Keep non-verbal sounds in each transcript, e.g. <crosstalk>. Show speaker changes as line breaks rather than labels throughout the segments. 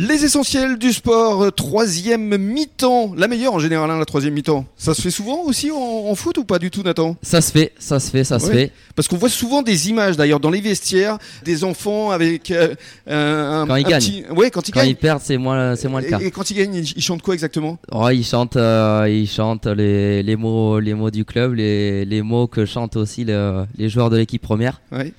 Les essentiels du sport, euh, troisième mi-temps. La meilleure en général, hein, la troisième mi-temps. Ça se fait souvent aussi en, en foot ou pas du tout, Nathan
Ça se fait, ça se fait, ça se
Ouais.
fait.
Parce qu'on voit souvent des images d'ailleurs dans les vestiaires, des enfants avec euh, un,
Quand ils
un
gagnent.
petit. Ouais, quand ils
Quand
gagnent.
ils perdent, c'est moins, c'est moins le cas.
Et, et quand ils gagnent, ils, ils chantent quoi exactement
Oh, ils chantent, euh, ils chantent les, les mots, les mots du club, les, les mots que chantent aussi le- les joueurs de l'équipe première.
Ouais,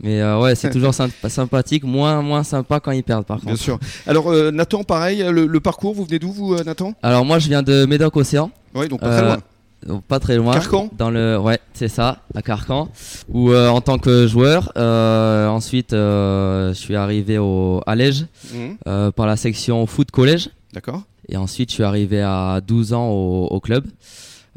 Mais euh,
<laughs>
ouais, c'est toujours sympa- sympathique, moins, moins sympa quand ils perdent par
bien
contre.
sûr. Alors euh, Nathan, pareil, le, le parcours, vous venez d'où vous, euh, Nathan
Alors moi, je viens de Médoc-Océan,
Oui, donc pas très
Euh,
loin.
donc pas très loin.
Carcan
Dans le, ouais, c'est ça, à Carcan. Où euh, en tant que joueur, euh, ensuite, euh, je suis arrivé au à Lège
Mhm,
euh, par la section foot collège.
D'accord.
Et ensuite, je suis arrivé à 12 ans au, au club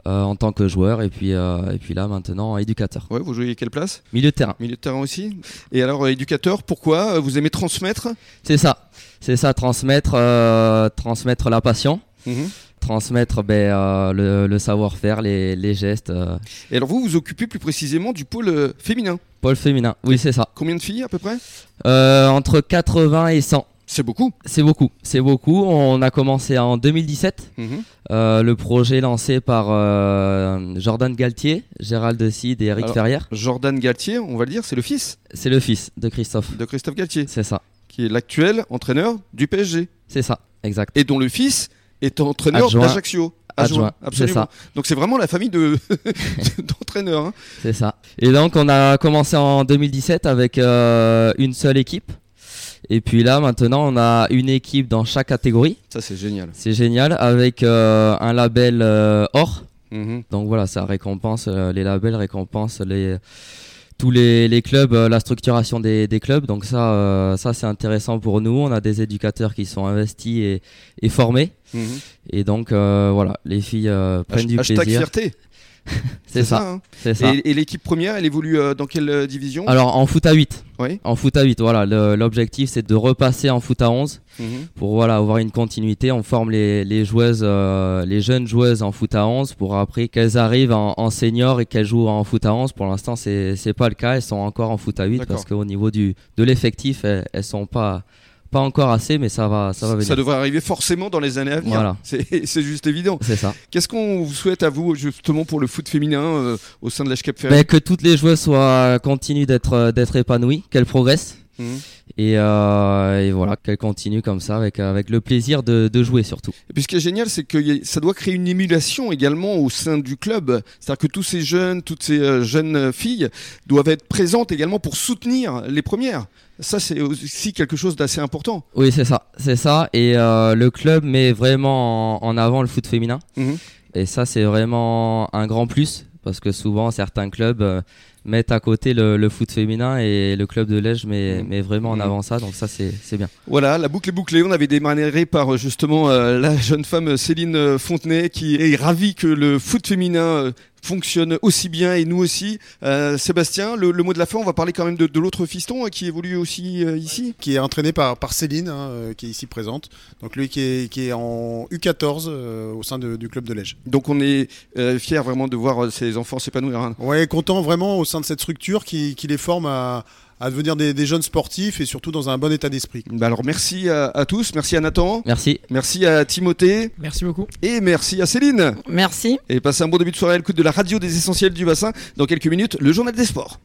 euh, en tant que joueur et puis, euh, et puis là maintenant éducateur.
Ouais, vous jouez quelle place
Milieu de terrain.
Milieu de terrain aussi. Et alors, euh, éducateur, pourquoi Euh, Vous aimez transmettre
C'est ça, c'est ça, transmettre, euh, transmettre la passion,
Mhm.
transmettre ben, euh, le, le savoir-faire, les, les gestes. euh.
Et alors, vous vous occupez plus précisément du pôle euh, féminin.
Pôle féminin, oui c'est ça.
Combien de filles à peu près
Euh, entre 80 et 100,
C'est beaucoup.
c'est beaucoup, c'est beaucoup. On a commencé en 2017,
Mhm.
euh, le projet lancé par euh, Jordan Galtier, Gérald Decide et Eric
Alors-
Ferrière.
Jordan Galtier, on va le dire, c'est le fils
C'est le fils de Christophe,
de Christophe Galtier,
c'est ça.
qui est l'actuel entraîneur du PSG
C'est ça, exact.
et dont le fils est entraîneur
Adjoint.
d'Ajaccio.
Adjoint, c'est
absolument.
ça,
Donc c'est vraiment la famille de <laughs> d'entraîneurs. hein.
c'est ça. Et donc on a commencé en 2017 avec euh, une seule équipe. Et puis là maintenant on a une équipe dans chaque catégorie.
Ça c'est génial.
C'est génial avec euh, un label euh, or.
Mhm.
Donc voilà, ça récompense euh, les labels, récompense les tous les, les clubs, euh, la structuration des, des clubs. Donc ça, euh, ça c'est intéressant pour nous. On a des éducateurs qui sont investis et, et formés.
Mhm.
Et donc euh, voilà, les filles euh, prennent du
Hashtag
plaisir.
fierté.
C'est ça,
hein.
c'est ça.
Et, et l'équipe première, elle évolue euh, dans quelle euh, division
Alors en foot à 8.
Oui.
En foot à 8, voilà. le- L'objectif c'est de repasser en foot à 11
Mhm.
pour voilà, avoir une continuité. On forme les, les joueuses, euh, les jeunes joueuses en foot à 11 pour après qu'elles arrivent en, en senior et qu'elles jouent en foot à 11. Pour l'instant c'est c'est pas le cas, elles sont encore en foot à 8
D'accord.
parce qu'au niveau du, de l'effectif elles, elles sont pas, pas encore assez mais ça va, ça va venir.
devrait arriver forcément dans les années à venir.
Voilà.
C'est <laughs> c'est juste évident.
C'est ça.
Qu'est-ce qu'on vous souhaite à vous justement pour le foot féminin euh, au sein de la Cap Ferret
Ben, que toutes les joueuses soient, continuent d'être euh, d'être épanouies, qu'elles progressent.
Mhm.
Et, euh, et voilà, qu'elles continuent comme ça, avec, avec le plaisir de, de jouer surtout.
Et puis ce qui est génial, c'est que y a- ça doit créer une émulation également au sein du club. C'est-à-dire que tous ces jeunes, toutes ces euh, jeunes euh, filles doivent être présentes également pour soutenir les premières. Ça, c'est aussi quelque chose d'assez important.
Oui, c'est ça, c'est ça. Et euh, le club met vraiment en, en avant le foot féminin.
Mhm.
Et ça, c'est vraiment un grand plus, parce que souvent, certains clubs euh, mettent à côté le, le foot féminin et le club de Lège met,
Mhm.
met vraiment en
Mhm.
avant ça, donc ça, c'est c'est bien.
Voilà, la boucle est bouclée. On avait démarré par euh, justement euh, la jeune femme Céline euh, Fontenay qui est ravie que le foot féminin euh, fonctionne aussi bien et nous aussi. Euh, Sébastien, le, le mot de la fin, on va parler quand même de, de l'autre fiston euh, qui évolue aussi euh, ici.
qui est entraîné par, par Céline, hein, euh, qui est ici présente. Donc lui qui est, qui est en U14 euh, au sein de- du club de Lège.
Donc on est euh, fiers vraiment de voir euh, ces enfants s'épanouir. hein.
Ouais, content vraiment au sein de cette structure qui, qui les forme à, à devenir des, des jeunes sportifs et surtout dans un bon état d'esprit.
Bah alors merci à, à tous, merci à Nathan,
Merci.
merci à Timothée
Merci beaucoup.
et merci à Céline.
Merci.
Et passez un bon début de soirée à l'écoute de la radio des essentiels du bassin. Dans quelques minutes, le journal des sports.